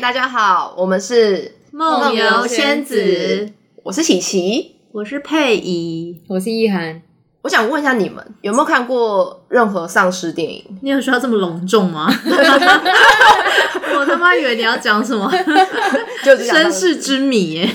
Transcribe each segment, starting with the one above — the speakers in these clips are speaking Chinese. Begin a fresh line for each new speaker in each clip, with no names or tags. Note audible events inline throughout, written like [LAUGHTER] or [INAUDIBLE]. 大家好，我们是
梦游仙子，
我是琪琪。
我是佩仪。
我是意涵，
我想问一下你们有没有看过任何丧尸电
[LAUGHS]
影？
你有需要这么隆重
[LAUGHS]
吗？我他妈以为你要讲什么
就
身世之谜耶！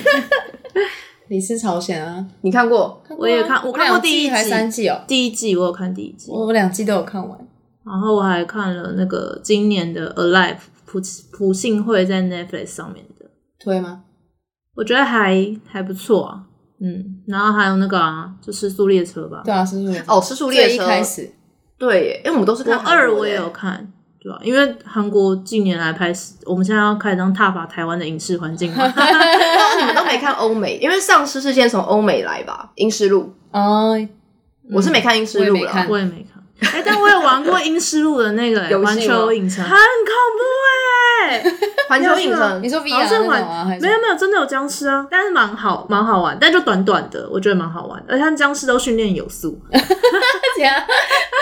你是朝鲜啊？
你看过？
过啊
我也看我看过第一
两季还
集
三季哦，
第一季我有看第一季，
我两季都有看完。
然后我还看了那个今年的《Alive》朴朴信惠在 Netflix 上面的，
推吗？
我觉得还还不错啊。嗯，然后还有那个啊，就是《速列车》吧，
对啊，是不是？
哦，《失速列
最一
车》
开始
对耶，因为我们都是
我
啊
看韩
二
国
我
的 [LAUGHS]
也有看，对吧、因为韩国近年来拍，我们现在要开始当踏伐台湾的影视环境
[LAUGHS]
嘛。
你们都没看欧美，因为丧尸是先从欧美来吧，《英诗录》
哦，
我是没看《英诗
我
录
也》没
了
看，
我也没看。哎、但我有玩过《英诗录》的那个、欸
游戏吗
环球影城，很恐怖哎、
环球影
那是
城
你。说
好
VR
像
那
是
种
环
啊？还是
没有没有，真的有僵尸啊，但是蛮好蛮好玩，但就短短的，我觉得蛮好玩的。而且他们僵尸都训练有素，
怎样？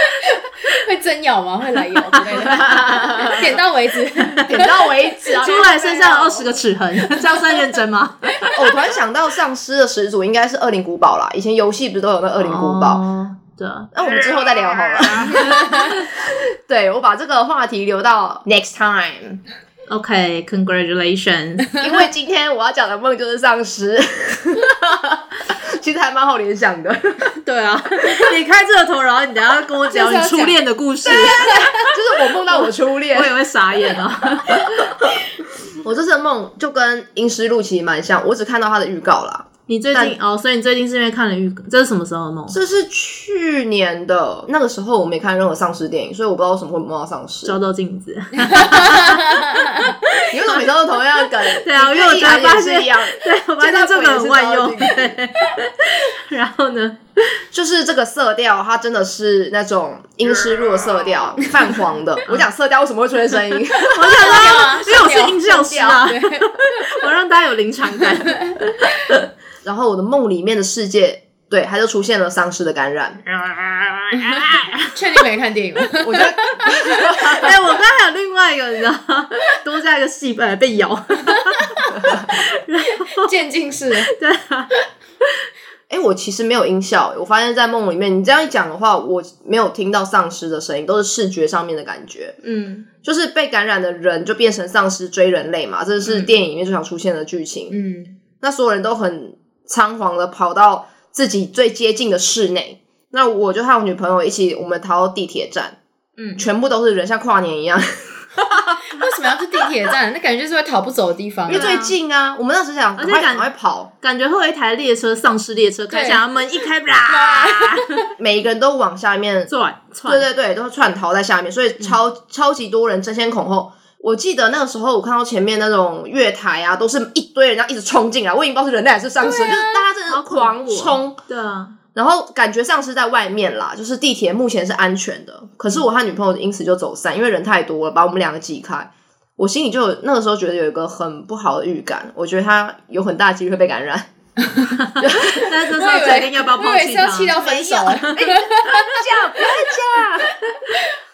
[LAUGHS] 会真咬吗？
[LAUGHS]
会来咬之
[LAUGHS]
类的？啊点到为止，
点到为止啊！
出来身上有 [LAUGHS] 二十个齿痕，这样算认真吗？
哦我突然想到，丧尸的始祖应该是《恶灵古堡》啦。以前游戏不是都有那《恶灵古堡》
哦，对啊，
那我们之后再聊好
[LAUGHS]
了。对，我把这个话题留到 next time，
OK，congratulations，、
[LAUGHS] 因为今天我要讲的梦就是丧
[LAUGHS]
尸，其实还蛮好联想的。
对啊，你开这个头，然后你等一下跟我讲
就是
你
要讲
初恋的故事，
就是我梦到我初恋
我，也会傻眼啊。
我这次的梦就跟《阴尸路》其实蛮像，我只看到它的预告啦。
你最近哦，所以你最近是因为看了预告，这是什么时候的梦？
这是去年的那个时候，我没看任何丧尸电影，所以我不知道为什么会梦到丧尸。
照照镜子，
啊
你为什么每次都同样的梗？
对啊
你
因为我
跟
觉得
一涵也
发
是
现
一样，
对，我发现这个很万用。
见到鬼
对，然后
[LAUGHS]
呢？
就是这个色调，它真的是那种阴湿路的色调，泛黄的。我讲色调为什么会出现声音？
我想
啊
说，因为我是
声调
音效师啊，
声调
[LAUGHS] 我让大家有临场
[LAUGHS]
感。
然后我的梦里面的世界，对，它就出现了丧尸的感染。
确定没看电
[LAUGHS]
影吗？
我觉得
哎，我刚才还有另外一个，你知道吗？多加一个戏本被咬。
渐进式的，
对啊，
哎、我其实没有音效、我发现在梦里面，你这样一讲的话，我没有听到丧尸的声音，都是视觉上面的感觉。
嗯
就是被感染的人就变成丧尸追人类嘛，这是电影里面最常出现的剧情。
嗯，
那所有人都很仓皇的跑到自己最接近的室内。那我就和我女朋友一起，我们逃到地铁站，
嗯，
全部都是人，像跨年一样。
为什么要去地铁站？那感觉就是会逃不走的地
[LAUGHS]
方
因为。最近啊，我们那时想赶
而且
快赶
感
快跑，
感觉会有一台列车，丧尸列车开起来，
对
然后门一开，啦，
每一个人都往下面嗯
转
对
窜，
对对，都是串逃在下面，所以超、超级多人争先恐后。我记得那个时候，我看到前面那种月台啊，都是一堆人，然后一直冲进来。我已经不知道是人类还是丧尸，就是大家真的
好
是
恐
狂
怖哦
冲，
对啊，
然后感觉丧尸在外面啦，就是地铁目前是安全的。可是我和女朋友因此就走散，因为人太多了，把我们两个挤开。我心里就有那个时候觉得有一个很不好的预感，我觉得他有很大几率会被感染。
但是这
我
时候
以
决定
为
要不要
我
放
以为
弃
是要
它？
气到分手，
这样，不要这样。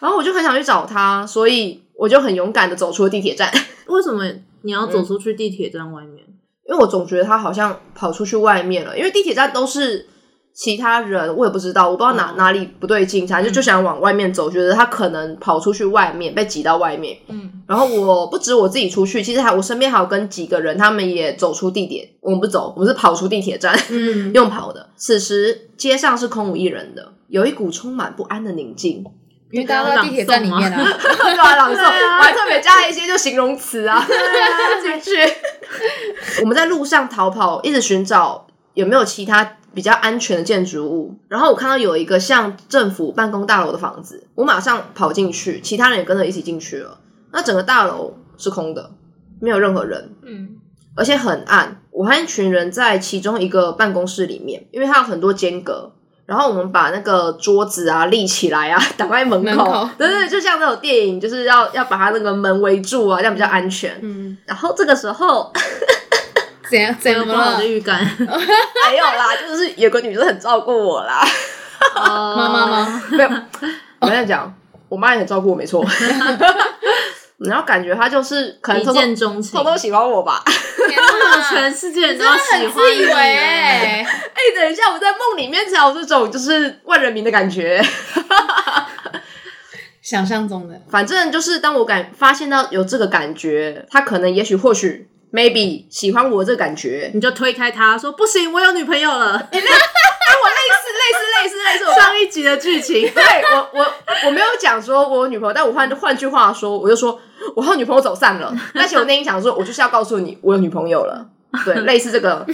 [LAUGHS] 然后我就很想去找他，所以我就很勇敢的走出了地铁站，
为什么你要走出去地铁站外面？
嗯
因为我总觉得他好像跑出去外面了，因为地铁站都是。其他人我也不知道，我不知道哪、
嗯
哪里不对劲，反正就就想往外面走，觉得他可能跑出去外面被挤到外面。
嗯，
然后我不止我自己出去，其实还我身边还有跟几个人，他们也走出地铁，我们不走，我们是跑出地铁站。
嗯，
[LAUGHS] 用跑的。此时街上是空无一人的，有一股充满不安的宁静。 [LAUGHS]
因为大家都在地铁站里面啊，
对啊，朗诵，我还特别加了一些就形容词啊
[LAUGHS]
进
[LAUGHS]
去。我们在路上逃跑，一直寻找有没有其他比较安全的建筑物。然后我看到有一个像政府办公大楼的房子，我马上跑进去，其他人也跟着一起进去了。那整个大楼是空的，没有任何人。
嗯，
而且很暗。我和一群人在其中一个办公室里面，因为它有很多间隔。然后我们把那个桌子啊立起来啊，挡在门口。
门口
对对，对就像那种电影，就是要要把它那个门围住啊，这样比较安全。
嗯，
然后这个时候
怎样怎
有不
么
好
了
的？预感。
没有 [LAUGHS] 啦，就是有个女生很照顾我 [LAUGHS] 啦。
妈
妈妈？吗？
[LAUGHS] 没有，我跟你讲，我妈也很照顾我，没错。然后感觉他就是可能
[LAUGHS] 一
偷偷
见钟情
偷，偷喜欢我吧。
天哪，
全世界人都
真的
要喜
很
欢
自以
你
为
耶，
哎、
哎、等一下，我在梦里面才有这种就是万人迷的感觉。
想象中的
反正就是当我感发现到有这个感觉，他可能也许或许 maybe 喜欢我这个感觉，
你就推开他说不行，我有女朋友了。
哎我类似类似类似类似，我，
[LAUGHS] 上一集的剧情
对我我我没有讲说我有女朋友，但我换换句话说，我就说我和女朋友走散
[LAUGHS]
了。但是我内心想说，我就是要告诉你我有女朋友了。对，类似这个，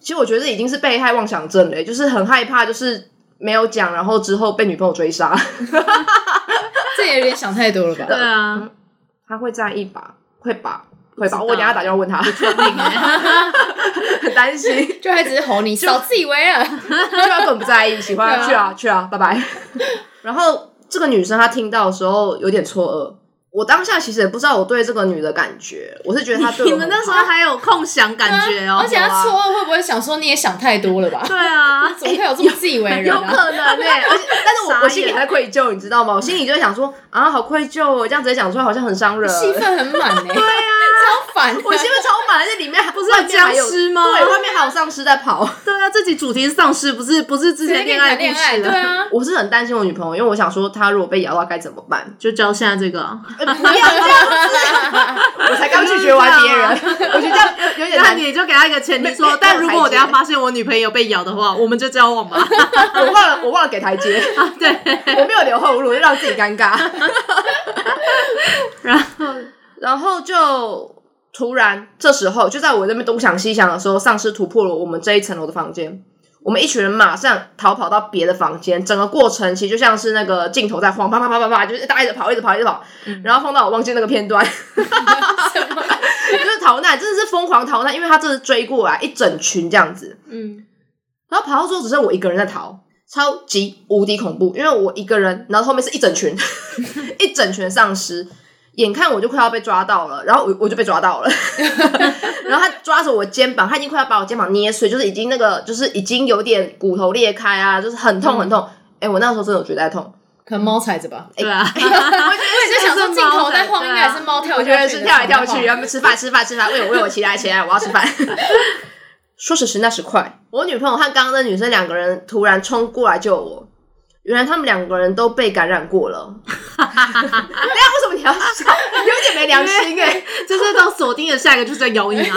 其实我觉得这已经是被害妄想症了，就是很害怕，就是没有讲，然后之后被女朋友追
[LAUGHS]
杀，
这也有点想太多了吧？
对啊，
他会在意吧？会吧？会
不知
吧？
欸道
我等一下打电话问他， [LAUGHS]
[LAUGHS]
很担心，
就还只是吼你，少自以为啊！
就要本不在意，喜欢
对啊
去啊去啊，拜拜。然后这个女生她听到的时候有点错愕，我当下其实也不知道我对这个女的感觉，我是觉得她对啊
你
我
们
很
那时候
好
还有空想感觉哦，
而且
好
他
啊
错愕会不会想说你也想太多了吧？
对啊，
怎么会有这么自以为人
有
啊？
可能呢、 [LAUGHS] 而且但是
欸傻
我
眼
我心里还在愧疚，你知道吗？我心里就在想说啊，好愧疚哦，这样直接讲出来好像很伤人。
戏份很满呢、对啊，超烦的。
我心里超满，而且里面还不
不是有僵尸吗？
对，啊外面还有丧尸在跑。
对啊，这集主题是丧尸，不是不是之
直接
前
跟你
恋爱
谈恋
故
爱，
事
对
了，
啊，
我是很担心我女朋友，因为我想说她如果被咬到该怎么
[LAUGHS]
办？
就教现在这个啊，
哎不要这样
[LAUGHS]
子，我才刚拒绝完别人，我觉得这样有点
那
难
你就给他一个前提
没
说
没，
但如果我等
没
一
有台
下
阶
发现我女朋友被咬的话，我们就交往吧。
[LAUGHS] 我忘了，我忘了给台阶，
啊
对，
[LAUGHS] 我没有留后路，就让自己尴
[LAUGHS]
尬。
然后
然后就突然，这时候就在我这边东想西想的时候，丧尸突破了我们这一层楼的房间。我们一群人马上逃跑到别的房间，整个过程其实就像是那个镜头在晃，啪啪啪啪啪，就是大家一直跑，一直跑，一直跑，然后放到我忘记那个片段，
嗯 [LAUGHS] 什么？
[LAUGHS] 就是逃难，真的是疯狂逃难，因为他真的追过来一整群这样子，
嗯，
然后跑到最后只剩我一个人在逃，超级无敌恐怖，因为我一个人，然后后面是一整群， [LAUGHS] 一整群丧尸，眼看我就快要被抓到了，然后我我就被抓到了， [LAUGHS] 然后他抓着我肩膀，他已经快要把我肩膀捏碎，就是已经那个就是已经有点骨头裂开啊，就是很痛很痛。哎、我那时候真的有觉得在痛，
可能猫踩着吧。
对啊， [LAUGHS]
我也是想说镜头在 [LAUGHS] 晃，应啊该还是猫
[LAUGHS]
跳
我
下去
觉
的，
得是跳来跳去，
啊。
然后吃饭吃饭吃饭，喂我喂我起来起啊来，我要吃饭。 [LAUGHS] 说时迟那时快，我女朋友和刚刚的女生两个人突然冲过来救我。原来他们两个人都被感染过
[LAUGHS]
了。等一下为什么你要笑？ [LAUGHS] 有点没良心哎、
就是都锁定了下一个就是在咬你啊，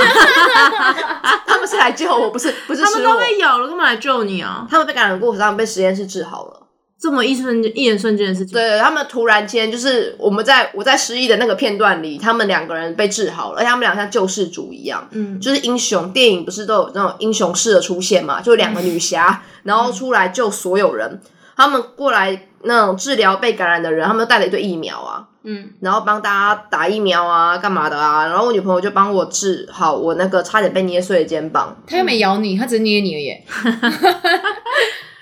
他们是来救我，不是不是
他们
吃我
都。被咬了，干嘛来救你啊？
他们被感染过，可是他们被实验室治好了。
这么一瞬间一眼瞬间的事情，
对，他们突然间就是我们在我在失忆的那个片段里，他们两个人被治好了，而且他们俩像救世主一样。
嗯，
就是英雄电影不是都有那种英雄式的出现嘛？就两个女侠， [LAUGHS] 然后出来救所有人。他们过来那种治疗被感染的人，他们带了一堆疫苗啊，
嗯，
然后帮大家打疫苗啊，干嘛的啊？然后我女朋友就帮我治好我那个差点被捏碎的肩膀。
它又没咬你，它只是捏你而已。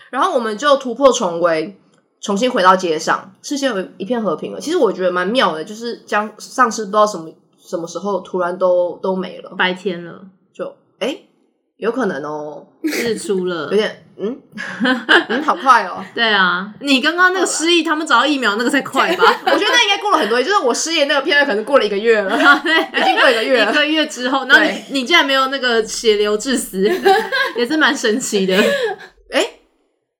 然后我们就突破重围，重新回到街上，世界有一片和平了。其实我觉得蛮妙的，就是将丧尸不知道什么什么时候突然都都没了，
白天了，
就哎、诶有可能哦，
日出了
[LAUGHS] 有。点嗯嗯，好快哦！
对啊，你刚刚那个失忆，他们找到疫苗那个才
[LAUGHS]
快吧？
我觉得那应该过了很多，就是我失业那个片段，可能过了一个月
[LAUGHS]
了，已经过了一个月
一
了。
个月之后，那你你竟然没有那个血流
[LAUGHS]
致死，也是蛮神奇的。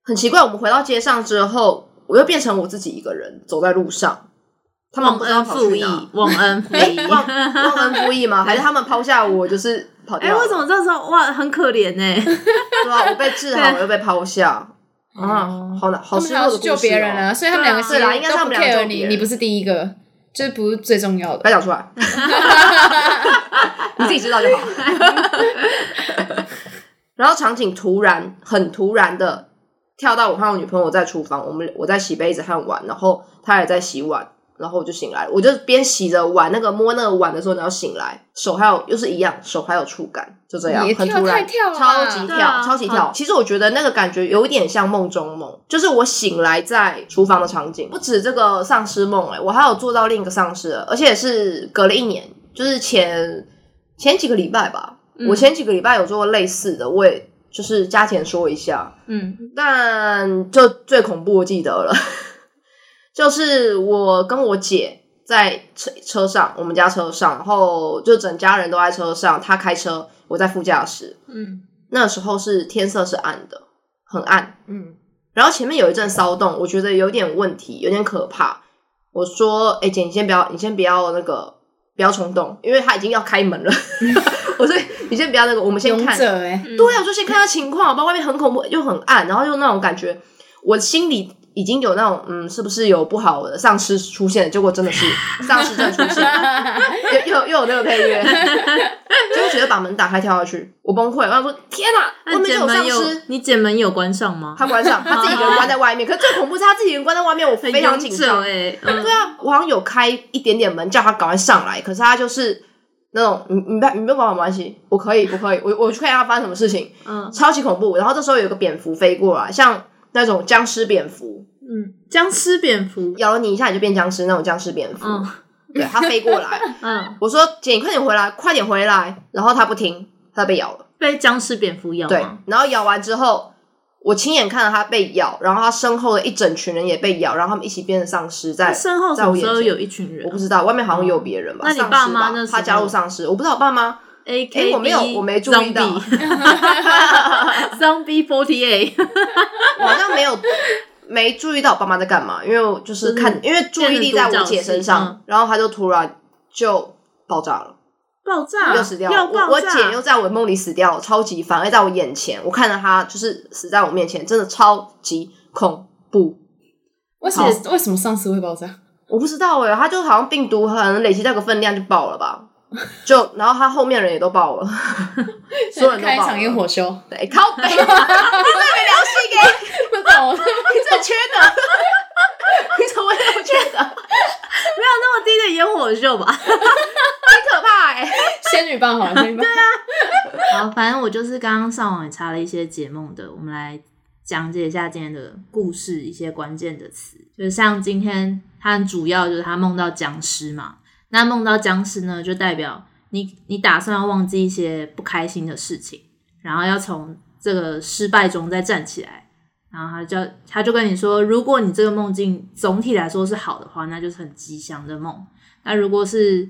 很奇怪，我们回到街上之后，我又变成我自己一个人走在路上。 [LAUGHS] 他们
忘
不知道
恩
跑
负
去
义
哪，，
忘恩负
[LAUGHS]
义。
忘忘恩负义
[LAUGHS]
吗？还是他们抛下我就是跑
哎、
掉了？
为什么这时候哇很可怜欸
[LAUGHS]
呢、
对啊，我被治好，
对
我又被抛
[LAUGHS]
下啊
哦，
好难，
他
好
们
失
还
落
要
的故
去
事哦
救别人啊，所以他们两个其实
对啦应该是他们
都
俩
不
救
care
别
你，
人
你不是第一个，这不是最重要
不
的。
要讲出来，你自己知道就好。 [LAUGHS] 然后场景突然很突然的跳到我和我女朋友在厨房，我们我在洗杯子和碗，然后她也在洗碗，然后我就醒来了，我就边洗着碗那个摸那个碗的时候，然后醒来，手还有又是一样，手还有触感，就这样
你也，
很
跳
突然，
太跳了嗯
超
吧
级
对
跳，
啊
超级跳
好。
其实我觉得那个感觉有点像梦中梦，就是我醒来在厨房的场景。不止这个丧尸梦，哎，我还有做到另一个丧尸了，而且是隔了一年，就是前前几个礼拜吧。
嗯
我前几个礼拜有做过类似的，我也就是加钱说一下，
嗯，
[LAUGHS] 但就最恐怖我记得了，就是我跟我姐在车车上，我们家车上，然后就整家人都在车上，他开车，我在副驾驶。
嗯
那时候是天色是暗的，很暗。
嗯，
然后前面有一阵骚动，我觉得有点问题，有点可怕。我说：“哎、姐，你先不要，你先不要那个，不要冲动，因为他已经要开门了。” [LAUGHS] 我说：“你先不要那个，我们先
勇
看。”
者哎、
[LAUGHS] 对啊，我就先看下情况，不然外面很恐怖，又很暗，然后又那种感觉，我心里已经有那种嗯，是不是有不好的丧尸出现？结果真的是丧尸真的出现，又又又有那个配乐，结果直接把门打开跳下去，我崩溃，我想说天哪，外
那
面
姐
就有
门
丧
有
尸。
你姐门有关上吗？
他关上，他自己一个人关在外面。可是最恐怖是他自己一个人关在外面，我非常紧张。 [LAUGHS]
哎，嗯
对啊，我好像有开一点点门，叫他赶快上来，可是他就是那种，你你不要你不要管我没关系，我可以，我可以，我我去看一下发生什么事情。
嗯
超级恐怖。然后这时候有一个蝙蝠飞过来，像那种僵尸蝙蝠，
嗯，僵尸蝙蝠，
咬了你一下你就变僵尸那种僵尸蝙蝠。
嗯
对，它飞过来，
[LAUGHS] 嗯，
我说姐，你快点回来，快点回来。然后它不听，它被咬了。
被僵尸蝙蝠咬
对
吗？，
然后咬完之后，我亲眼看到它被咬，然后它身后的一整群人也被咬，然后他们一起变成丧尸在
那。身后什
在我
么
眼
时候
前
有一群人
我不知道，外面好像有别人吧？
那你
丧尸
爸妈
吧
那时候
他加入丧尸，我不知道我爸妈
？A
哎
K，
我没有我没注意到
[LAUGHS] Zombie Forty Eight，
[LAUGHS] 我好像没有没注意到我爸妈在干嘛，因为我就是看，因为注意力在我姐身上，
变成独角戏
然后嗯她就突然就爆炸了，
爆炸
啊又死掉
要
了。我
爆
我
炸，
姐又在我梦里死掉了，超级烦，而在我眼前，我看着她就是死在我面前，真的超级恐怖。
为什么为什么丧尸会爆炸？
我不知道哎、欸，她就好像病毒可能累积到个分量就爆了吧，就然后她后面人也都爆 [LAUGHS] 了，所有人都
开一
爆了
场。烟火秀， [LAUGHS]
对，哎靠北，你这没良心给、 [LAUGHS]
不懂，
你这缺德， [LAUGHS] 你怎么会这么缺 [LAUGHS] 德？
没有那么低的烟火秀吧？
很可怕哎、
仙女棒好了，仙女棒。
啊
好，反正我就是刚刚上网也查了一些解梦的，我们来讲解一下今天的故事一些关键的词，就是像今天他很主要就是他梦到僵尸嘛，那梦到僵尸呢，就代表你你打算要忘记一些不开心的事情，然后要从这个失败中再站起来。然后他就他就跟你说，如果你这个梦境总体来说是好的话，那就是很吉祥的梦。那如果是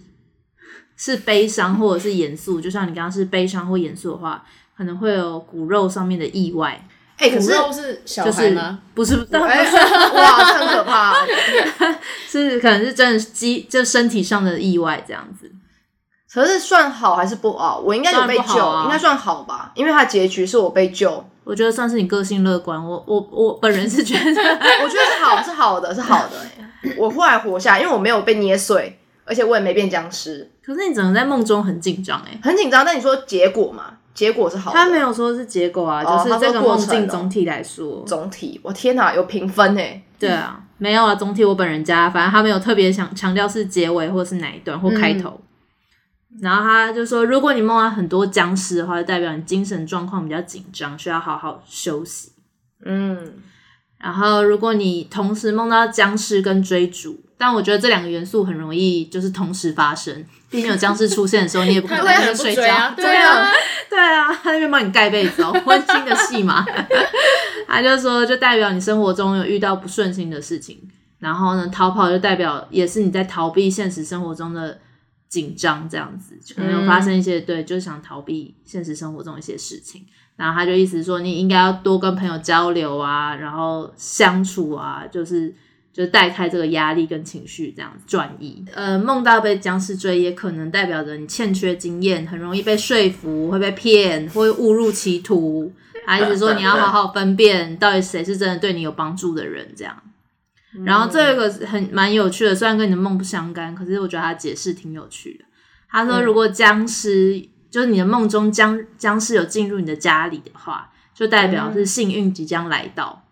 是悲伤或者是严肃，就像你刚刚是悲伤或严肃的话，可能会有骨肉上面的意外，
哎、可是
骨肉是小
就是
孩吗？
[LAUGHS]
不是，但
哎、哇，这很可怕！
[LAUGHS] 是可能是真的是肌就身体上的意外这样子。
可是算好还是不好？我应该有被
算不
救，
好啊
应该算好吧？因为它的结局是我被救，我
我觉得算是你个性乐观，我我我本人是觉得 [LAUGHS]
觉得是好，是好的，是好的、哎我后来活下来，因为我没有被捏碎，而且我也没变僵尸，
可是你只能在梦中很紧张哎、
很紧张。但你说结果嘛，结果是好的，
他没有说是结果啊，
哦
就是这
他
个
说过
梦
程
境
哦
总体来说，
总体。我天哪，有评分哎、
对啊，没有啊，总体我本人加，反正他没有特别想强调是结尾或是哪一段或开头。然后他就说，如果你梦到很多僵尸的话，就代表你精神状况比较紧张，需要好好休息。
嗯，
然后，如果你同时梦到僵尸跟追逐，但我觉得这两个元素很容易就是同时发生。毕竟有僵尸出现的时候，你也不可能在那边睡觉，
对啊，
对啊，对啊，他在那边帮你盖被子哦，温馨的戏嘛。他就说，就代表你生活中有遇到不顺心的事情，然后呢，逃跑就代表也是你在逃避现实生活中的紧张，这样子就可能有发生一些、对，就是想逃避现实生活中一些事情。然后他就意思说，你应该要多跟朋友交流啊，然后相处啊，就是就是带开这个压力跟情绪，这样子转移。呃，梦到被僵尸追，也可能代表着你欠缺经验，很容易被说服，会被骗，会误入歧途。他意思说，你要好好分辨到底谁是真的对你有帮助的人，这样。
嗯
然后
嗯
这个很蛮有趣的，虽然跟你的梦不相干，可是我觉得他解释挺有趣的。他说，如果僵尸、就是你的梦中僵僵尸有进入你的家里的话，就代表是幸运即将来到。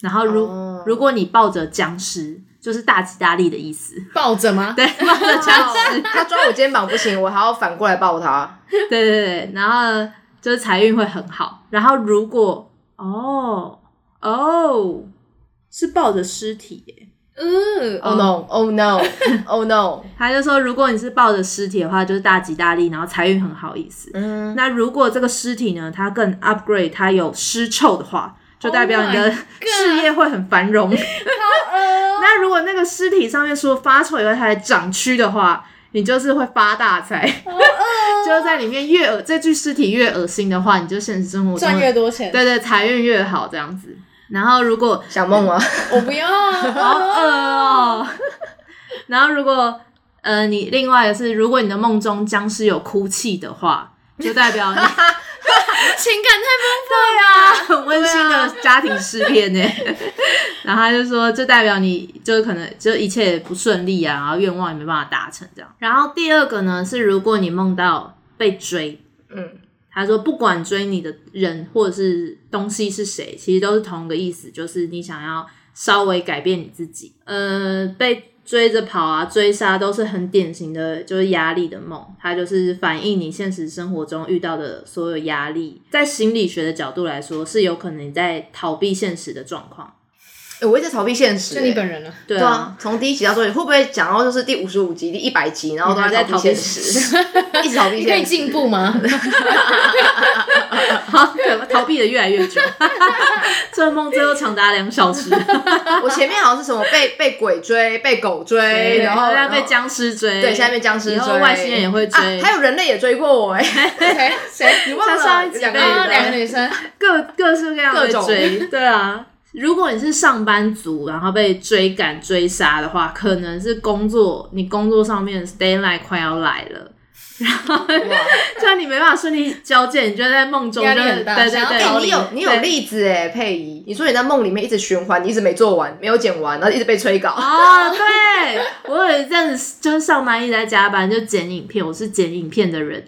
然后如、
哦
如果你抱着僵尸，就是大吉大利的意思。
抱着吗？
对，抱着僵
[LAUGHS]
尸，
他抓我肩膀不行，我还要反过来抱他。
对 [LAUGHS] 对对，然后就是财运会很好。然后如果哦哦，是抱着尸体耶。
嗯，
哦
Oh no! Oh no! Oh no!
他就说，如果你是抱着尸体的话，就是大吉大利，然后财运很好意思。
嗯，
那如果这个尸体呢，它更 upgrade，它有尸臭的话，就代表你的
Oh my
[LAUGHS] 事业会很繁荣。
好饿哦，
那如果那个尸体上面说发臭以外，它还长蛆的话，你就是会发大财。
哦
[LAUGHS] 就是在里面越恶这具尸体越恶心的话，你就现实生活中
赚越多钱，
对对财运越好这样子。然后如
[LAUGHS]
果
想梦吗？ [LAUGHS]
我不要，
好饿哦， [LAUGHS] 然后如果呃你另外的是，如果你的梦中僵尸有哭泣的话，就代表你
情感太
啊，很温馨的家庭事变 [LAUGHS] 呢。然后他就说，就代表你就可能就一切不顺利啊，然后愿望也没办法达成这样。然后第二个呢是，如果你梦到被追，
嗯，
他说不管追你的人或者是东西是谁，其实都是同一个意思，就是你想要稍微改变你自己。呃，被追着跑啊，追杀都是很典型的，就是压力的梦，它就是反映你现实生活中遇到的所有压力。在心理学的角度来说，是有可能你在逃避现实的状况。
欸我一直在逃避现实、
就你本人了，
对
对啊，从第一集到最后，会不会讲到就是第五十五集、第一百集，然后都
你还在
逃避现实， [LAUGHS] 一直逃避
你可以
现实。
进步
[LAUGHS]
吗？
[LAUGHS]
好可怕逃避的越来越久， [LAUGHS] 这个梦最后长达两小时，啊
我前面好像是什么被被鬼追、被狗追，然后
要
然后
被僵尸追，
对，现在被僵尸
以后
追，
外星人也会追，
啊还有人类也追过我哎、
[LAUGHS]
欸，
谁谁？
你忘了
像上一集
有两
被
个哎
啊，
女
两个
的，
女生，
各各式各样
各
的
种
[LAUGHS]
追，对啊。如果你是上班族，然后被追赶追杀的话，可能是工作，你工作上面 d a y l i g h t 快要来了， [LAUGHS]
哇
虽然你没办法顺利交界，你就在梦中就
压力很大
对对
想要
对，
哎、
逃
你
离
有你有
对
例子哎、佩仪，你说你在梦里面一直循环，你一直没做完，没有剪完，然后一直被催稿，
哦，对，我有一阵子就是上班一直在加班，就剪影片，我是剪影片
[LAUGHS]
的人，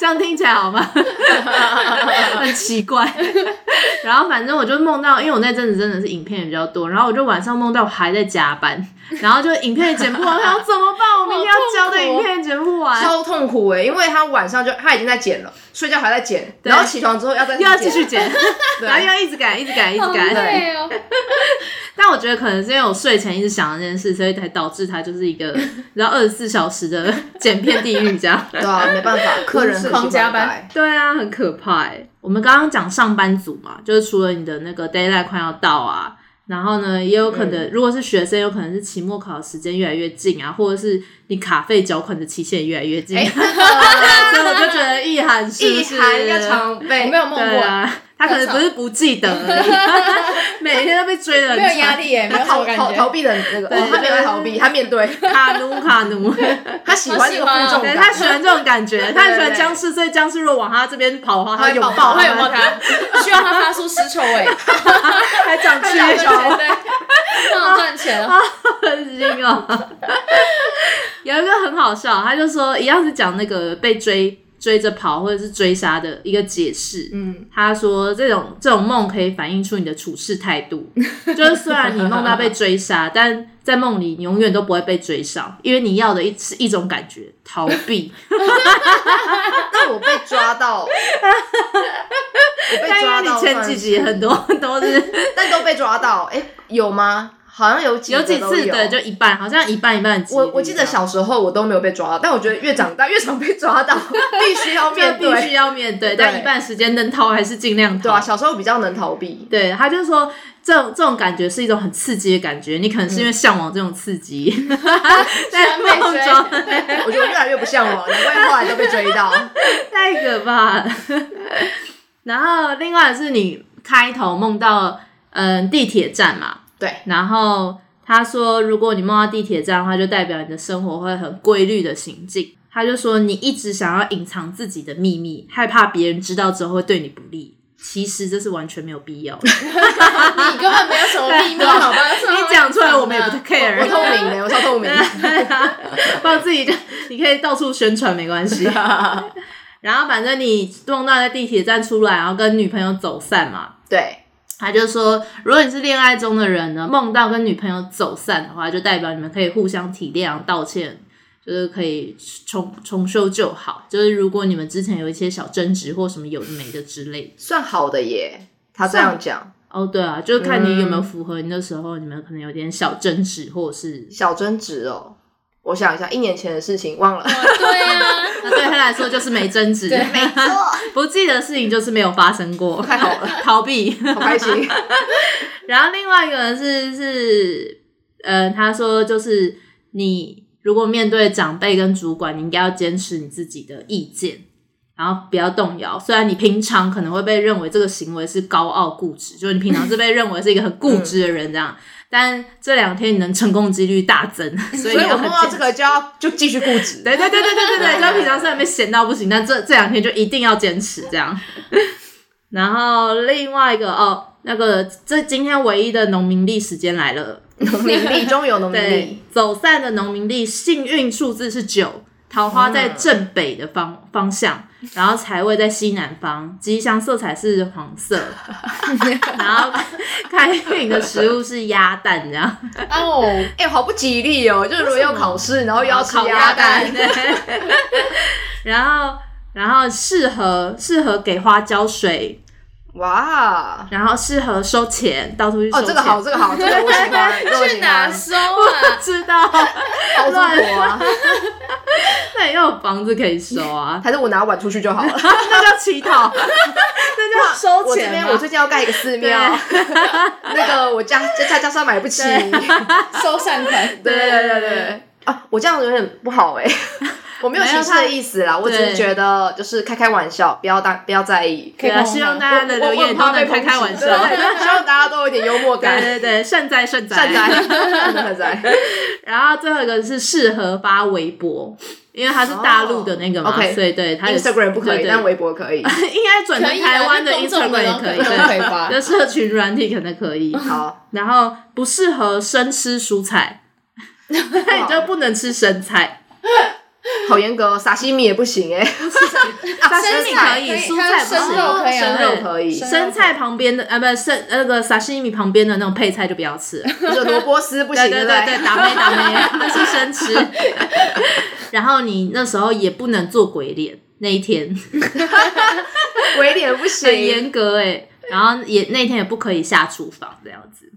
这样听起来好吗？ [LAUGHS] 很奇怪。然后反正我就梦到，因为我那阵子真的是影片也比较多，然后我就晚上梦到我还在加班，然后就影片也剪不完，我想怎么办？我明天要交的影片也剪不完，
超痛苦哎、因为他晚上就他已经在剪了，睡觉还在剪，
对
然后起床之后要再
又要继续剪，
[LAUGHS] 对嗯
然后又要一直改，一直改，一直
好
改。
累哦，
但我觉得可能是因为我睡前一直想这件事，所以才导致它就是一个，然后二十四小时的剪片地狱这样。
对啊，没办
[LAUGHS]
法，客人很喜欢
狂加班
改，
对啊，很可怕哎、我们刚刚讲上班族嘛，就是除了你的那个 d a y l i g h t 快要到啊，然后呢，也有可能、如果是学生，有可能是期末考的时间越来越近啊，或者是你卡费缴款的期限越来越近，
哎
[LAUGHS] 所以我就觉得意涵是不
一
是
涵要常
[LAUGHS]
我
备
没。有梦
对
过， [LAUGHS]
啊，他可能不是不记得而已， [LAUGHS] 每天都被追的
[LAUGHS] 没有压力欸耶，没有什
逃
么感
逃
觉，
逃避的那个，
对
哦，他没有在逃避，他面对，
卡奴卡
[LAUGHS]
奴。
他喜欢这个负重
对
感，
他喜欢这种感觉，他很喜欢僵尸，所以僵尸如果往他这边跑的话，他会拥抱，
会有抱他， [LAUGHS] 需要他发出尸
[LAUGHS]
臭味，
还长
对
蛆
对
球，
对，那种赚钱了，
很惊哦。 [LAUGHS] 有一个很好笑，他就说一样是讲那个被追追着跑或者是追杀的一个解释。
嗯，
他说这种这种梦可以反映出你的处事态
[LAUGHS]
度，就是虽然你梦到被追杀，但在梦里你永远都不会被追上，因为你要的一是一种感觉，逃避。
那我被抓到，我 [LAUGHS] 被
但因
抓
为
到
你
算是，
前几集很多 [LAUGHS] 都是。
[LAUGHS] 但都被抓到，哎、有吗？好像有几
有
个
几
都
次对，就一半，好像一半一半的几率
我我记得小时候我都没有被抓到，但我觉得越长大越常被抓
[LAUGHS]
到，必须要
这
面
必须
对。
要面对，但一半时间能逃还是尽量
对
逃
啊，。小时候比较能逃避，
对，他就说这种这种感觉是一种很刺激的感觉，你可能
嗯
是因为向往这种刺
[LAUGHS]
激， [LAUGHS] 在梦
被
中
我觉得我越来越不向往，难怪后来都被追到。
太可怕了。然后另外是你开头梦到嗯地铁站嘛，
对，
然后他说，如果你梦到地铁站的话，就代表你的生活会很规律的行进。他就说，你一直想要隐藏自己的秘密，害怕别人知道之后会对你不利。其实这是完全没有必要
[LAUGHS]
的。你
你根本没有什么秘密，好
[LAUGHS]
吧？
讲出来，我们也不太
我
care。
透明的，我超透
[LAUGHS]
明。
放自己就你可以到处宣传，没关系。然后反正你梦到在地铁站出来，然后跟女朋友走散嘛，
对，
他就说，如果你是恋爱中的人呢，梦到跟女朋友走散的话，就代表你们可以互相体谅、道歉，就是可以重 [LAUGHS] 重修旧好。就是如果你们之前有一些小争执或什么有的没的之类的，
算好的耶。他这样讲，
哦，对啊，就是看你有没有符合你那时候你们可能有点小争执或者是
小争执哦。我想一下，一年前的事情忘了，
[LAUGHS]
[LAUGHS]
对啊，
那对他来说就是没争执，
对
没错，
[LAUGHS] 不记得的事情就是没有发生过，
太好了，
[LAUGHS] 逃避。
好开心。
然后另外一个人是是，呃，他说就是你如果面对长辈跟主管，你应该要坚持你自己的意见，然后不要动摇。虽然你平常可能会被认为这个行为是高傲固执，就是你平常是被认为是一个很
嗯
固执的人这样，但这两天你能成功几率大增，
[LAUGHS]
所
所
以
以
你要
我
很
梦到
坚
这
持。
个就要就继续固执，
对对对对
[LAUGHS]
对对对，就平常虽然被闲到不行，但这这两天就一定要坚持这样。 [LAUGHS] 然后另外一个哦，那个这今天唯一的农民历时间来了，
农民力终于有农民
对
力，，
走散的农民历幸运数字是九，桃花
嗯
在正北的方、方向，然后财位在西南方，吉祥色彩是黄色， [LAUGHS] 然后开运的食物是鸭蛋，这样。
哦，
哎、好不吉利哦！就是如果要考试，然后又要吃
烤
鸭蛋，
对 [LAUGHS] 然后，然后适合适合给花浇水，
哇！
然后适合收钱，到处去收
哦，
钱。
这个好，，这个好，这个我喜欢，这个我
去
喜
哪
欢，
[LAUGHS]
收啊？
知道。
包租婆啊，
那也要有房子可以收
[LAUGHS]
啊，
还是我拿碗出去就好了。
那叫乞讨，那叫收
我这
钱
边
嘛。
我最近要盖一个寺庙，那个我家家家加上买不起，对
收善款，
对对对对啊，我这样有点不
[LAUGHS]
好哎、我没有
没有
歧视的
他
意思啦，我只
对
是觉得就是开开玩笑，不要当不要在意。
可
对
以帮
啊，
我
希望
买
大家的留
我我
言
很
都
怕
能
被
开
抨
开
击
玩笑。
[LAUGHS] 对希望大家都有点幽默
对
感。
对对，善哉善哉。
善哉，善哉，
[LAUGHS] 然后最后一个是适合发微博，因为它是大陆的那个嘛
哦，OK
所以对它也是
Instagram 不可
对
以，
对
但微博可以。
[LAUGHS] 应该转成
可以啊
台湾的
就公众的
Instagram 也可以，
都可以都可以发
对，就社群软体可能可以。
好，
然后不适合生吃蔬菜，那 [LAUGHS] 你就不能吃生菜。
好严格哦，沙西米也不行哎，啊 [LAUGHS]
生米
生菜
可以，
可以
蔬
还有
菜不
生肉可以
行，
啊
生
肉可以，
生
生菜旁边的啊，不生那个沙西米旁边的那种配菜就不要吃了。
就是萝卜丝不行，
对
不
对对，打没打没， [LAUGHS] 那是生吃。然后你那时候也不能做鬼脸，那一天
鬼脸不
很
行。
严格哎、然后也那天也不可以下厨房这样子，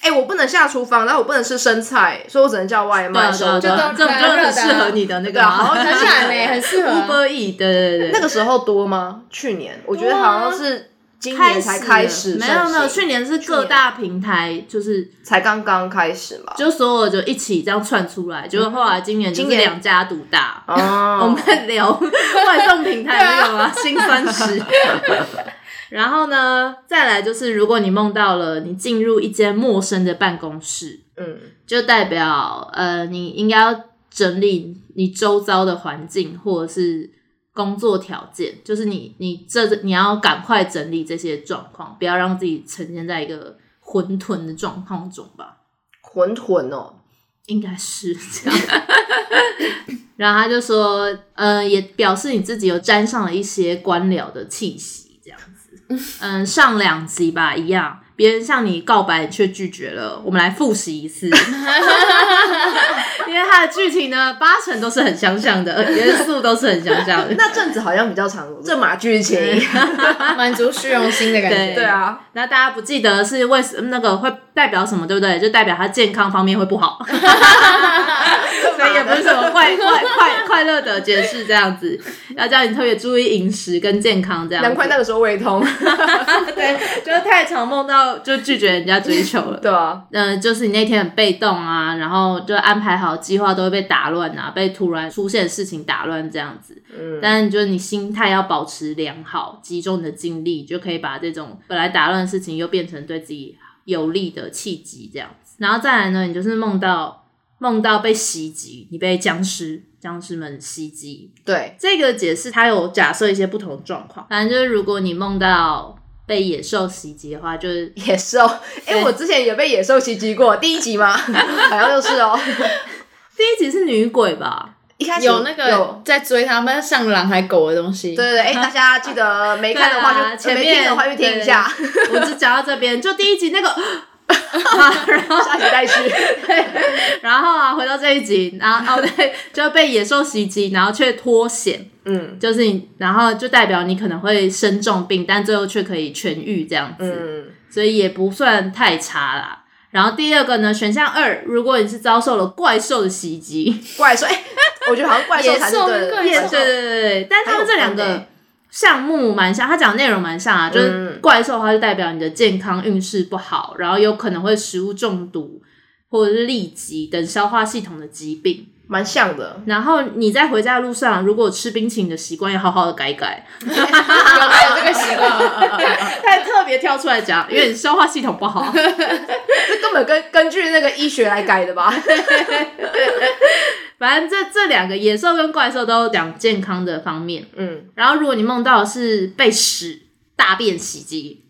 哎，我不能下厨房，然后我不能吃生菜，所以我只能叫外
对啊
卖。
对啊
收
对啊
就
这
都
不就
热
很
的啊
适合你的那个
对啊好
吗？ [LAUGHS]
像
很闪呢，很适
乌
合。啊
波义，对对对，
那个时候多吗？去年我觉得好像是今年才开始盛行，
没有没有，去年是各大平台就是
才刚刚开始嘛。
就所有就一起这样串出来，结果后来今年
哦
就是
今年
两家独大。 [LAUGHS] 我
哦啊
们，在聊外送平台那个吗？辛
[LAUGHS]
酸史。然后呢，再来就是，如果你梦到了你进入一间陌生的办公室，
嗯，
就代表呃，你应该要整理你周遭的环境或者是工作条件，就是你你这你要赶快整理这些状况，不要让自己呈现在一个混沌的状况中吧，
混沌哦，
应该是这样。 [LAUGHS] 然后他就说，呃，也表示你自己有沾上了一些官僚的气息，这样
[LAUGHS]
子。嗯，上两集吧，一样，别人向你告白，你却拒绝了。我们来复习一
[LAUGHS]
次。因为它的剧情呢，八成都是很相像的，元素都是很相像的。
那阵子好像比较常有这马剧情，
满足虚荣心的感觉。
对 [LAUGHS] 啊，
那大家不记得是为什那个会代表什么，对不对？就代表他健康方面会不好，所以也不是什么快快快快乐的解释这样
[LAUGHS]
子，要叫你特别注意饮食跟健康这样子。
难怪那个时候胃痛，
对，就是太常梦到就拒绝人家追求
[LAUGHS]
了。
[LAUGHS] 对啊，
嗯、就是你那天很被动啊，然后就安排好计划都会被打乱啊，被突然出现的事情打乱这样子。
嗯，
但就是你心态要保持良好，集中你的精力，就可以把这种本来打乱的事情又变成对自己有利的契机，这样子。然后再来呢，你就是梦到梦到被袭击，你被僵尸僵尸们袭击， [LAUGHS]
对，
这个解释它有假设一些不同的状况。反正就是如果你梦到被野兽袭击的话，就是
野兽，哎、
对
我之前也被野兽袭击过，第一集吗？ [LAUGHS] 好像就是哦，
第一集是女鬼吧？
一开始
有那个
有。
在追他们像狼还狗的东西，
对对对，哎、大家记得没看的话就、
对啊前面
没听的话就听一下，
我只讲到这边，就第一集那个， [LAUGHS] 然后
下集再续。
然后啊，回到这一集，然后哦对，就被野兽袭击，然后却脱险，
[LAUGHS] 嗯
就是你，然后就代表你可能会生重病，但最后却可以痊愈这样子，
嗯，
所以也不算太差啦。然后第二个呢，选项二，如果你是遭受了怪兽的袭击，
怪兽，哎、我觉得好像怪兽才是
野兽
对的，
怪
对
兽
对对对对，但他们这两
还有分
个
类
项目蛮像，他讲的内容蛮像啊，就是
嗯
怪兽的话就代表你的健康运势不好，然后有可能会食物中毒或者是痢疾等消化系统的疾病。
蛮像的。
然后你在回家的路上，如果吃冰淇淋的习惯要好好的改一改，
有这个习惯，
[LAUGHS] 他还特别挑出来讲，因为你消化系统不好。
这根本根根据那个医学来改的吧？
反正这这两个野兽跟怪兽都讲健康的方面。
[LAUGHS] 嗯，
然后如果你梦到的是被屎大便袭击，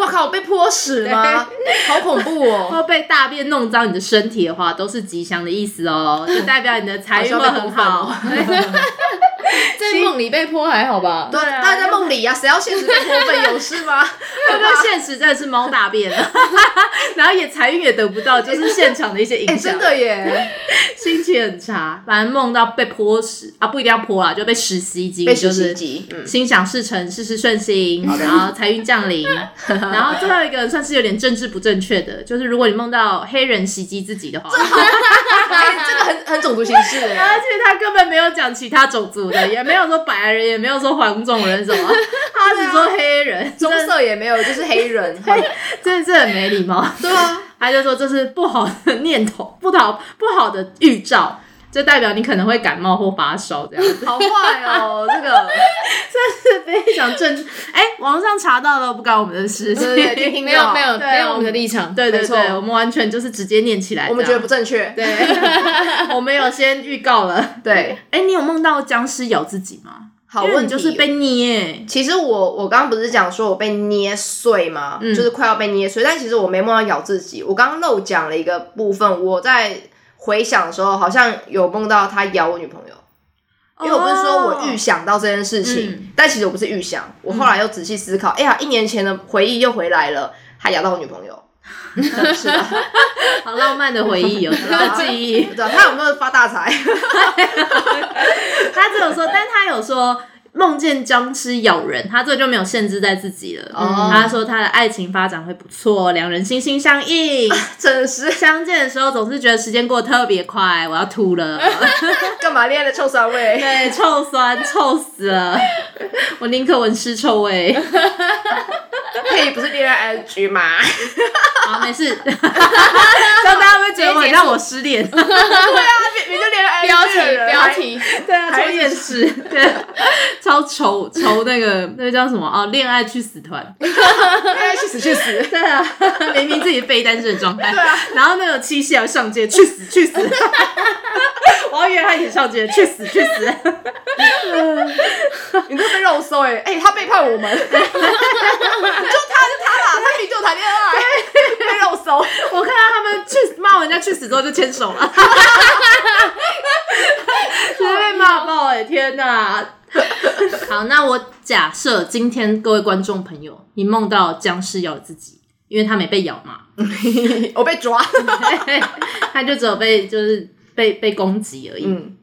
我靠，被泼屎吗？好恐怖哦！
或被大便弄脏你的身体的话，都是吉祥的意
[LAUGHS]
思哦，就代表你的财运会很好。
哦
在梦里被泼还好 [LAUGHS] 吧？
对，
对啊
大家在梦里呀、谁要现实被泼粪有事吗？
会不会现实真的是猫大便了？然后也财运也得不到，就是现场的一
[LAUGHS]
些
哎、
影响，
真的耶，
心情很差。反正梦到被泼屎啊，不一定要泼啦，就被屎袭击，
被屎
就
袭
是
击，嗯，
心想事成，事事顺心，然后财运降临。啊
[LAUGHS]
然后最后一个算是有点政治不正确的，就是如果你梦到黑人袭击自己的话，
哎这个很很种族歧视哎，
而且他根本没有讲其他种族的，也没有说白人，也没有说黄种人什么， [LAUGHS] 他只说黑人，
棕色也没有，就是黑人，好
真的是很没礼貌。
对啊，
他就说这是不好的念头，不好不好的预兆，就代表你可能会感冒或发烧这样 [LAUGHS]
[LAUGHS]
子，
好坏哦，这 [LAUGHS] 个
是非常正。哎、网上查到了，不关我们的事情。
对对对，听
没有没有
对啊
没有我们的立场，
对对
没错
对，我们完全就是直接念起来这样。
我们觉得不正确，
对， [LAUGHS] 我们有先预告了。
对，
哎、你有梦到僵尸咬自己吗？
好
因为
问
你
题
就是
哦
被捏、
其实我我刚刚不是讲说我被捏碎吗？就是快要被捏碎，但其实我没梦到咬自己。我刚刚漏讲了一个部分，我在回想的时候好像有梦到他咬我女朋友，因为我不是说我预想到这件事情，
哦嗯
但其实我不是预想，我后来又仔细思考，哎呀，一年前的回忆又回来了，还咬到我女朋友。是吧？
好浪漫的回 [LAUGHS] 忆，有得到记忆。
不知道他有没有发大财？
他只有说，但他有说梦见僵尸咬人，他这就没有限制在自己了。
哦
他说他的爱情发展会不错，两人心心相 [LAUGHS] 印。
真的是
相见的时候总是觉得时间过得特别快，我要吐 [LAUGHS] 了，
干嘛练的臭酸味？
对，臭酸，臭死了，我宁可闻尸臭味。
可以不是恋爱 NG 吗？
好，没 [LAUGHS] 事。让大家会觉得我很让我失 [LAUGHS] 恋，
你就恋爱 NG
标题
了
标，题，
对啊
还
[LAUGHS] 抽厌世，对， [LAUGHS] 超愁愁那个那个叫什么啊？恋爱去死团。
还恋爱哎去死去死！
对啊， [LAUGHS] 明明自己非单身的状态，对啊，然后那个七夕要上街，去 [LAUGHS] 死去死！我要约他演上街，去死去死！
你都被肉搜哎、欸，哎、他背叛我们， [LAUGHS] 就他是他啦，他明明就谈恋爱， [LAUGHS] 被肉搜，
我看到他们去骂人家去死之后就牵手 [LAUGHS] 了，直接被骂爆哎、天哪！好，那我假设今天各位观众朋友，你梦到僵尸咬自己，因为他没被咬嘛， [LAUGHS]
我被抓，
他就只有被就是被被攻击而已。
嗯，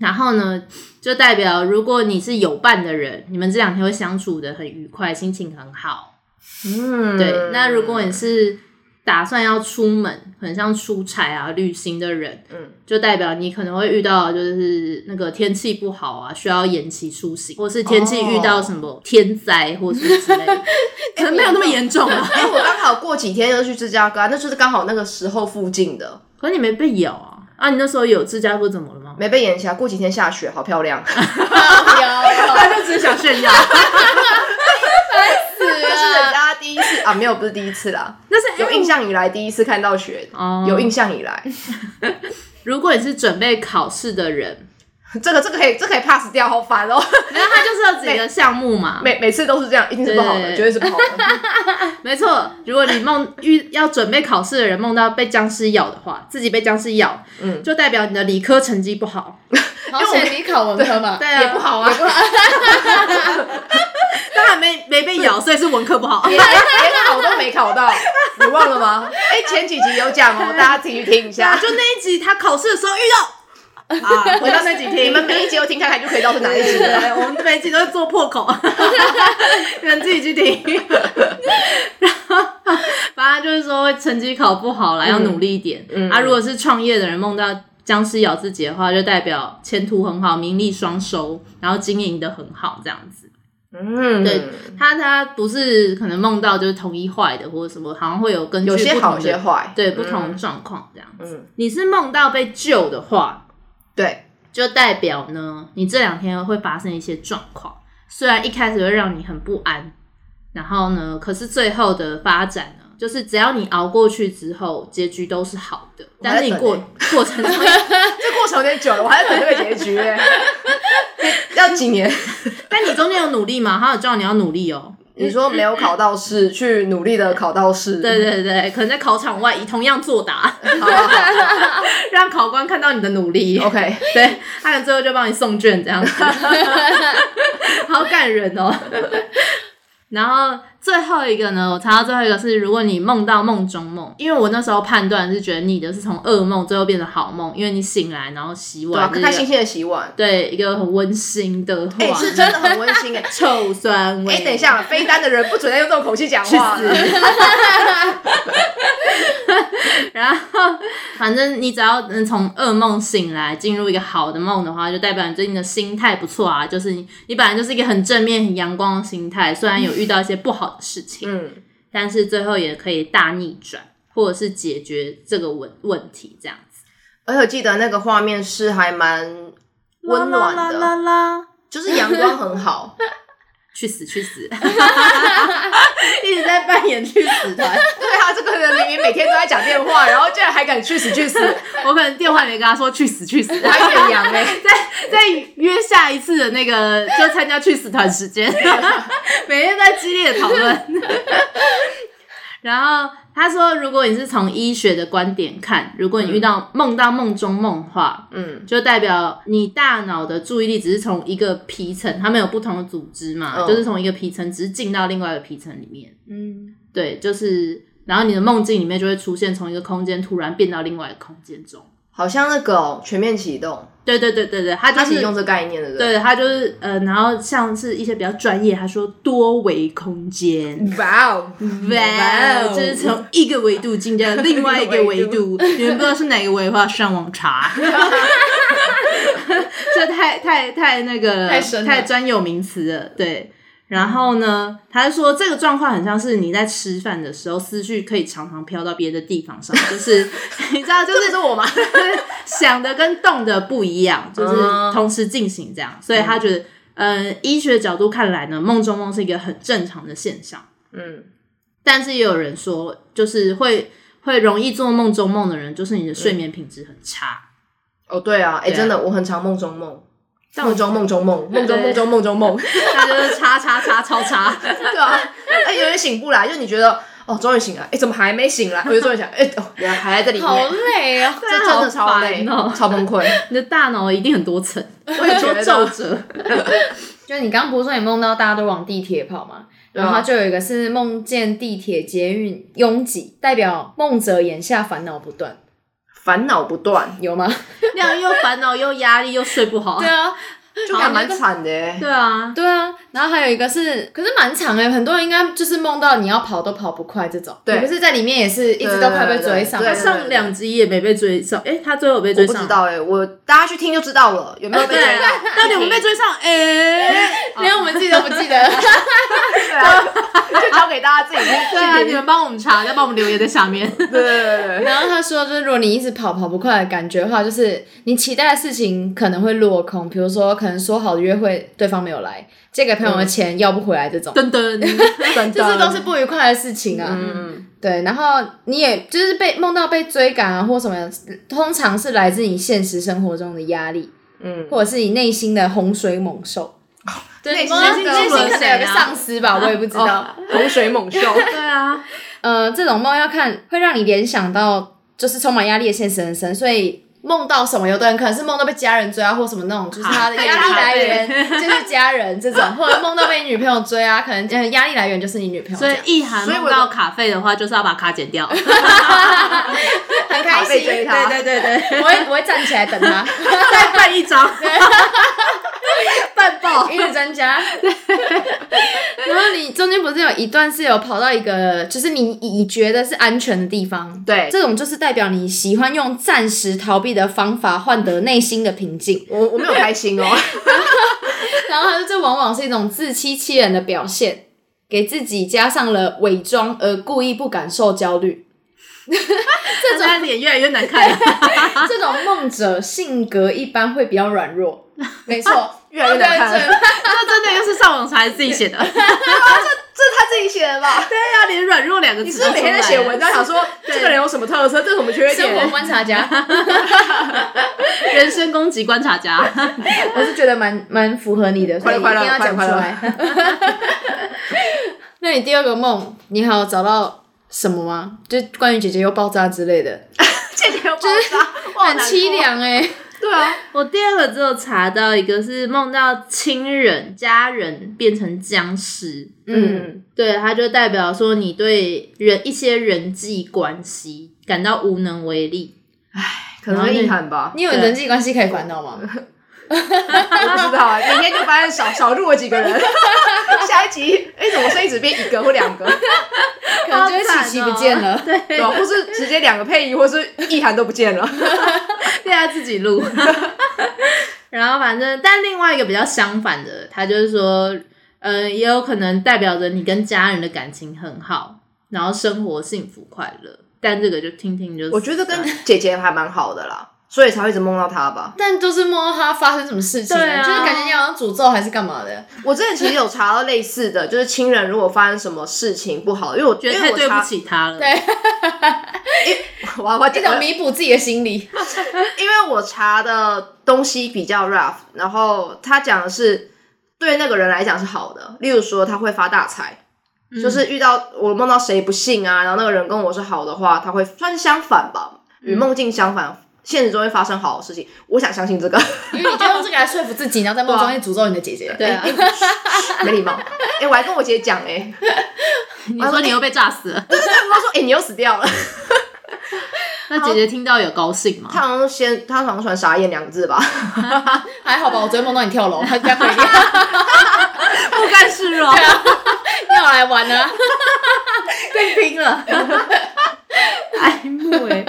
然后呢，就代表如果你是有伴的人，你们这两天会相处的很愉快，心情很好。
嗯
对，那如果你是打算要出门，很像出差啊、旅行的人，
嗯，
就代表你可能会遇到就是那个天气不好啊，需要延期出行，或是天气遇到什么天灾或是之类的，可能没有那么严重啊。
哎、我刚好过几天就去芝加哥、啊，那就是刚好那个时候附近的，
可你没被咬啊？啊，你那时候有芝加哥怎么
[LAUGHS]
了吗？
没被延期啊，过几天下雪，好漂亮，
有
[LAUGHS] 就只是想炫耀，
这 [LAUGHS] 是人家第一次啊，没有，不是第一次啦，
啊那是哎
有印象以来第一次看到雪，
哦
有印象以来， [LAUGHS]
如果你是准备考试的人，
这个这个可以这可以 pass 掉，好烦哦， [LAUGHS]
没有，它就是有几个项目嘛。
每每次都是这样，一定是不好的，
对
绝对是不好的，
没错，如果你梦遇要准备考试的人梦到被僵尸咬的话，自己被僵尸咬，
嗯
就代表你的理科成绩不好。
好险你考文科嘛，
对啊，也不好啊，当然没没被咬，所以是文科不
[LAUGHS]
好。
连连考哎都没考到，你忘 [LAUGHS]
啊
了吗？哎、前几集有讲哦，大家自己去听一下。 [LAUGHS]
就那一集他考试的时候遇到。啊，
回到那几天，你们每一集有听开开就可以知道是哪一集了。
对，我们每一集都会做破口， [LAUGHS] 你们自己去 [LAUGHS] 听。然后，反正就是说成绩考不好啦，要努力一点。
嗯
啊，如果是创业的人梦到僵尸咬自己的话，就代表前途很好，名利双收，然后经营的很好，这样子。
[LAUGHS] 嗯，
对，他他不是可能梦到就是同一坏的或者什么，好像会有根据
有些
不
好，
同
有些
的
坏，
对
嗯
不同的。状况这样子。
嗯，
你是梦到被救的话，
对，
就代表呢，你这两天会发生一些状况，虽然一开始会让你很不安，然后呢，可是最后的发展呢，就是只要你熬过去之后，结局都是好的。
我还
但
在
是你
等欸
过过程
[LAUGHS]
中，
这过程有点久了，我还在等这个结局耶。 [LAUGHS] 要几年？
但你中间有努力吗？他有叫你要努力哦。
你说没有考到试，去努力的考到试。
对对对，可能在考场外以同样作答， [LAUGHS]
好好好 [LAUGHS]
让考官看到你的努力。
，OK，
[LAUGHS] 对，他可能最后就帮你送卷这样子， [LAUGHS] 好感人哦。 [LAUGHS] 然后最后一个呢，我查到最后一个是，如果你梦到梦中梦，因为我那时候判断是觉得你的是从噩梦最后变成好梦，因为你醒来然后洗
对啊，
碗，
开开心
心，
心的洗碗，
对一个很温馨的画
哎，
面，
是真的很温馨哎。
臭酸
[LAUGHS]
味。
哎，等一，下，飞单的人不准再用这种口气讲
去
话了。
死！然后，反正你只要能从噩梦醒来，进入一个好的梦的话，就代表你最近的心态不错啊。就是你，你本来就是一个很正面、很阳光的心态，虽然有遇到一些不好的事情，
嗯，
但是最后也可以大逆转，或者是解决这个问问题，这样子
而且我记得那个画面是还蛮温暖
啦啦
的，
啦啦
就是阳光很
[LAUGHS]
好。
去死去死！ [LAUGHS] 一直在扮演去死团，
对啊，这个人明明每天都在讲电话，然后竟然还敢去死去死，
我可能电话里面跟他说去死去死，
还很阳哎。
[LAUGHS] 再约下一次的那个，就参加去死团时
[LAUGHS]
间，每天在激烈的讨论。然后他说，如果你是从医学的观点看，如果你遇到梦到梦中梦话，
嗯
就代表你大脑的注意力只是从一个皮层，它们有不同的组织嘛，
嗯
就是从一个皮层只是进到另外一个皮层里面。
嗯，
对，就是然后你的梦境里面就会出现从一个空间突然变到另外一个空间中。
好像那个、哦、全面启动，
对对对对对，它就
他
是
其实用这概念的，
对他就是呃，然后像是一些比较专业，他说多维空间，
对，哇哦，
哇哦，就是从一个维度进到 [LAUGHS] 另外一个维度，你们不知道是哪个维度，要上网 [LAUGHS] 查。这太太太那个了
太深了
太专有名词了，对。然后呢，他就说这个状况很像是你在吃饭的时候，思绪可以常常飘到别的地方上，就是你知道，就
这
是
不是我吗？
想的跟动的不一样，就是
嗯
同时进行这样，所以他觉得，呃，医学角度看来呢，梦中梦是一个很正常的现象，
嗯，
但是也有人说，就是会会容易做梦中梦的人，就是你的睡眠品质很差。
哦，对啊，哎、
对啊
真的，我很常梦中梦，
但我
梦中梦中梦，梦中梦中梦中
[LAUGHS]
梦，
那就是叉叉叉超 [LAUGHS] 叉，
对啊，哎、有点醒不来，就你觉得哦，终于醒来，哎、怎么还没醒来？我就突然想，哎、哦，原来还在这里
[LAUGHS] 好
面。
累哦。
这真的超累，
好烦哦
超崩溃。
你的大脑一定很多层，
我也觉
多
得
皱褶。
就你刚刚不是说你梦到大家都往地铁跑吗？
对啊
然后就有一个是梦见地铁捷运拥挤，代表梦者眼下烦恼不断，
烦恼不断，
有 [LAUGHS] 吗？
那样又烦恼又压力又睡不好。
啊，
就感觉蛮惨的欸。
对啊，
对啊，然后还有一个是，可是蛮长哎、很多人应该就是梦到你要跑都跑不快这种，
对
你不是在里面也是一直都快被追上
对对对对
吗，
对
上两集也没被追上，哎，他最后有被
我
追
不知
上吗。
道哎，我大家去听就知道了，有没有被
对
追到？
啊，到底有没有被追上？哎，
[LAUGHS] 连我们自己都不记得。
对啊，就交给大家自己去
对啊，你们帮我们查，再帮我们留言在下面。
对对对对，
然后他说，就是如果你一直跑跑不快的感觉的话，就是你期待的事情可能会落空，比如说可能说好的约会对方没有来，借给朋友的钱要不回来这种，
[LAUGHS] 噔噔，
真
这些
的
都是不愉快的事情啊。
嗯，
对，然后你也就是被梦到被追赶啊，或什么，通常是来自你现实生活中的压力，
嗯哦
或者是你内心的洪水猛兽。对
内
内
心内
心
心
内
中
心
的
谁
可能
啊
有个丧尸吧，我也不知道。
洪水猛兽，
对啊，
呃，这种梦要看，会让你联想到就是充满压力的现实人生，所以梦到什么，有的人可能是梦到被家人追啊，或什么那种，就是他的
啊
压力来源就是家人这种，或者梦到被女朋友追啊，可能呃压力来源就是你女朋友
[LAUGHS]
这
所以
样，
意涵
所以我
梦到卡费的话，就是要把卡剪掉。
很
卡
开
被
心
追推他，
[LAUGHS] 对啊对对对，
我会我会站起来等 [LAUGHS] 他，
再办一张，
[LAUGHS]
办爆。
一直增加。 [LAUGHS] 然后你中间不是有一段是有跑到一个，就是你你觉得是安全的地方，
对
这种就是代表你喜欢用暂时逃避的方法换得内心的平静。
我我没有开心哦，
[LAUGHS] 然后他说，这往往是一种自欺欺人的表现，给自己加上了伪装，而故意不感受焦虑。
[LAUGHS]
这张脸越来越难看了。
这种梦者性格一般会比较
[LAUGHS]
软弱，哦没错，
越来越难看了
对对对
[LAUGHS] 这真的又是上网查自己写的。 [LAUGHS] 对
这是他自己写的吧？
啊，连软弱两个字
你是不是每天在写文章，想说这个人有什么特色，这有什么缺
生活
点？
观察
[LAUGHS]
家，
[LAUGHS] 人身攻击观察家。
我是觉得蛮蛮符合你的，所以一定
快乐
要讲出
快乐
来。 [LAUGHS] 那你第二个梦，你还有找到什么吗？就关于姐姐又爆炸之类的，
这个有爆炸，哇
很凄。
难过
凉哎、
对啊，
[LAUGHS] 我第二个只有查到一个是梦到亲人、家人变成僵尸，
嗯，
嗯，
对，它就代表说你对人一些人际关系感到无能为力。
可能会硬汉吧，
你有人际关系可以烦恼吗？
我不知道，明天就发现少少入了几个人。下一集，哎，怎么声音只变一个或两个？
可能就是琪琪不见了。哦对，
对啊，或是直接两个配音，或是意涵都不见了。
对他自己录。 [LAUGHS] 然后反正，但另外一个比较相反的，他就是说，呃，也有可能代表着你跟家人的感情很好，然后生活幸福快乐。但这个就听听
[LAUGHS]
就，
我觉得跟姐姐还蛮好的啦，所以才会一直梦到她吧。
但都是摸他发生什么事情、
对啊
就是感觉你好像诅咒还是干嘛的。
我之前其实有查到类似的，就是亲人如果发生什么事情不好，因为我
觉得
因
太
为我
对
查
不，起他了。
对
我我
一
这
种
个，
弥补自己的心 [LAUGHS] 理，
因为我查的东西比较 rough，然后他讲的是对那个人来讲是好的，例如说他会发大财。就是遇到我梦到谁不幸啊，然后那个人跟我是好的话，他会算是相反吧，与梦境相反，现实中会发生好的事情。我想相信这个，
因为你就用这个来说服自己，然后在梦中去诅咒你的姐哎姐。
对啊，
[LAUGHS] 没礼貌。哎、我还跟我姐讲哎、欸，
你说你又被炸死了，
她说哎、欸你又死掉了，
那姐姐听到有高兴吗
[LAUGHS] 她？好像先她好像传傻眼两个字吧。
还好吧，我昨天梦到你跳楼，他该 [LAUGHS] 回应
不甘示 [LAUGHS] 弱，
要来玩 [LAUGHS] 啊。
被拼了。爱慕哎，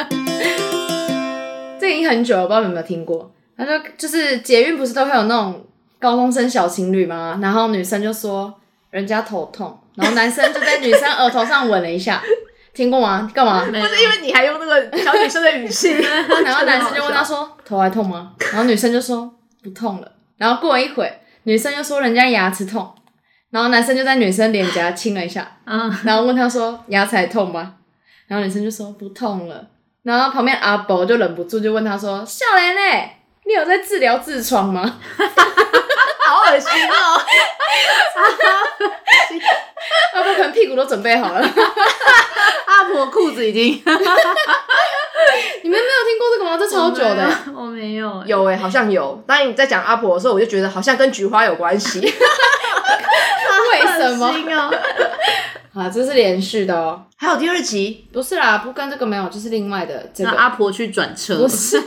这个已经很久了，我不知道你有没有听过。他说，就是捷运不是都会有那种高中生小情侣吗？然后女生就说人家头痛，然后男生就在女生额头上吻了一下，听过吗？干嘛？
[LAUGHS]
不
不是因为你还用那个小女生的语气，
然后男生就问他说头还痛吗？然后女生就说不痛了。然后过了一会，女生就说人家牙齿痛，然后男生就在女生脸颊亲了一下，
嗯，
[LAUGHS] 然后问他说牙齿还痛吗？然后女生就说不痛了。然后旁边阿伯就忍不住就问他说：“笑莲嘞，你有在治疗痔疮吗
[LAUGHS] 好恶心哦！？”
阿伯可能屁股都准备好了。 [LAUGHS]
阿婆裤子已经
你们没有听过这个吗？这超久的。，
我没有，
有哎、好像有。当你在讲阿婆的时候，我就觉得好像跟菊花有关系。
为什么
[LAUGHS] 恶心哦？
啊？这是连续的哦。
[LAUGHS] 还有第二集，
不是啦，不跟这个没有，就是另外的这
那
个。
阿婆去转车，
不是。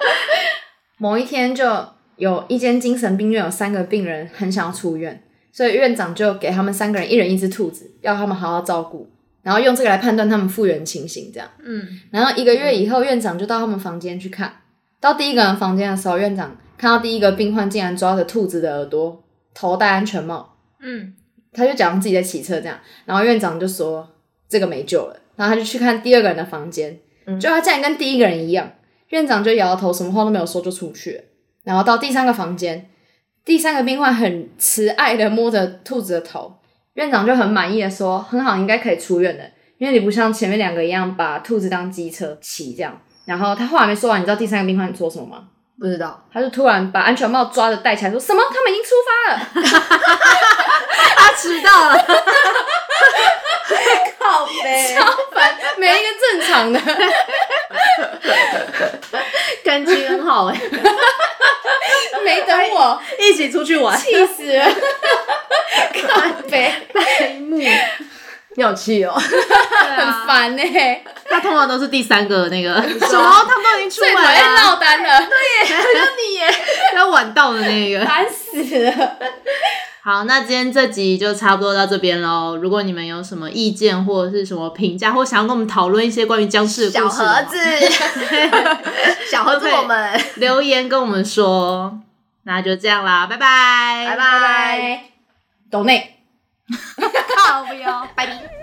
[LAUGHS] 某一天就有一间精神病院有三个病人很想要出院，所以院长就给他们三个人一人一只兔子，要他们好好照顾，然后用这个来判断他们复原情形这样。
嗯，
然后一个月以后，院长就到他们房间去看。到第一个人房间的时候，院长看到第一个病患竟然抓着兔子的耳朵，头戴安全帽，
嗯，
他就假装自己在骑车这样。然后院长就说这个没救了，然后他就去看第二个人的房间，
嗯
就他竟然跟第一个人一样。院长就摇摇头，什么话都没有说就出去了。然后到第三个房间，第三个病患很慈爱的摸着兔子的头，院长就很满意的说：“很好，应该可以出院了。”因为你不像前面两个一样把兔子当机车骑这样。然后他话还没说完，你知道第三个病患说什么吗？
不知道，
他就突然把安全帽抓着戴起来，说什么？他们已经出发了。
[LAUGHS] 他迟到
[LAUGHS]
了，靠背，
反没一个正常的，
感情很好哎，
没等我，
一起出去 [LAUGHS] 玩，
气死了。靠北
白目，
你好气哦！
很 [LAUGHS]
很，烦呢、欸
他通常都是第三个那个，
[LAUGHS] 什
[LAUGHS]
么？他们都已经出
最讨
来
厌
了，
落单了，
你耶！
要晚到的那个。[LAUGHS]
啊烦死了。
好，那今天这集就差不多到这边喽。如果你们有什么意见或者是什么评价，或想要跟我们讨论一些关于僵尸的
小
故事，
盒子， [LAUGHS] 小盒子，我们
留言跟我们说。那就这样啦，拜拜，
拜
拜
拜，
拜，懂内。
靠不要。
拜拜。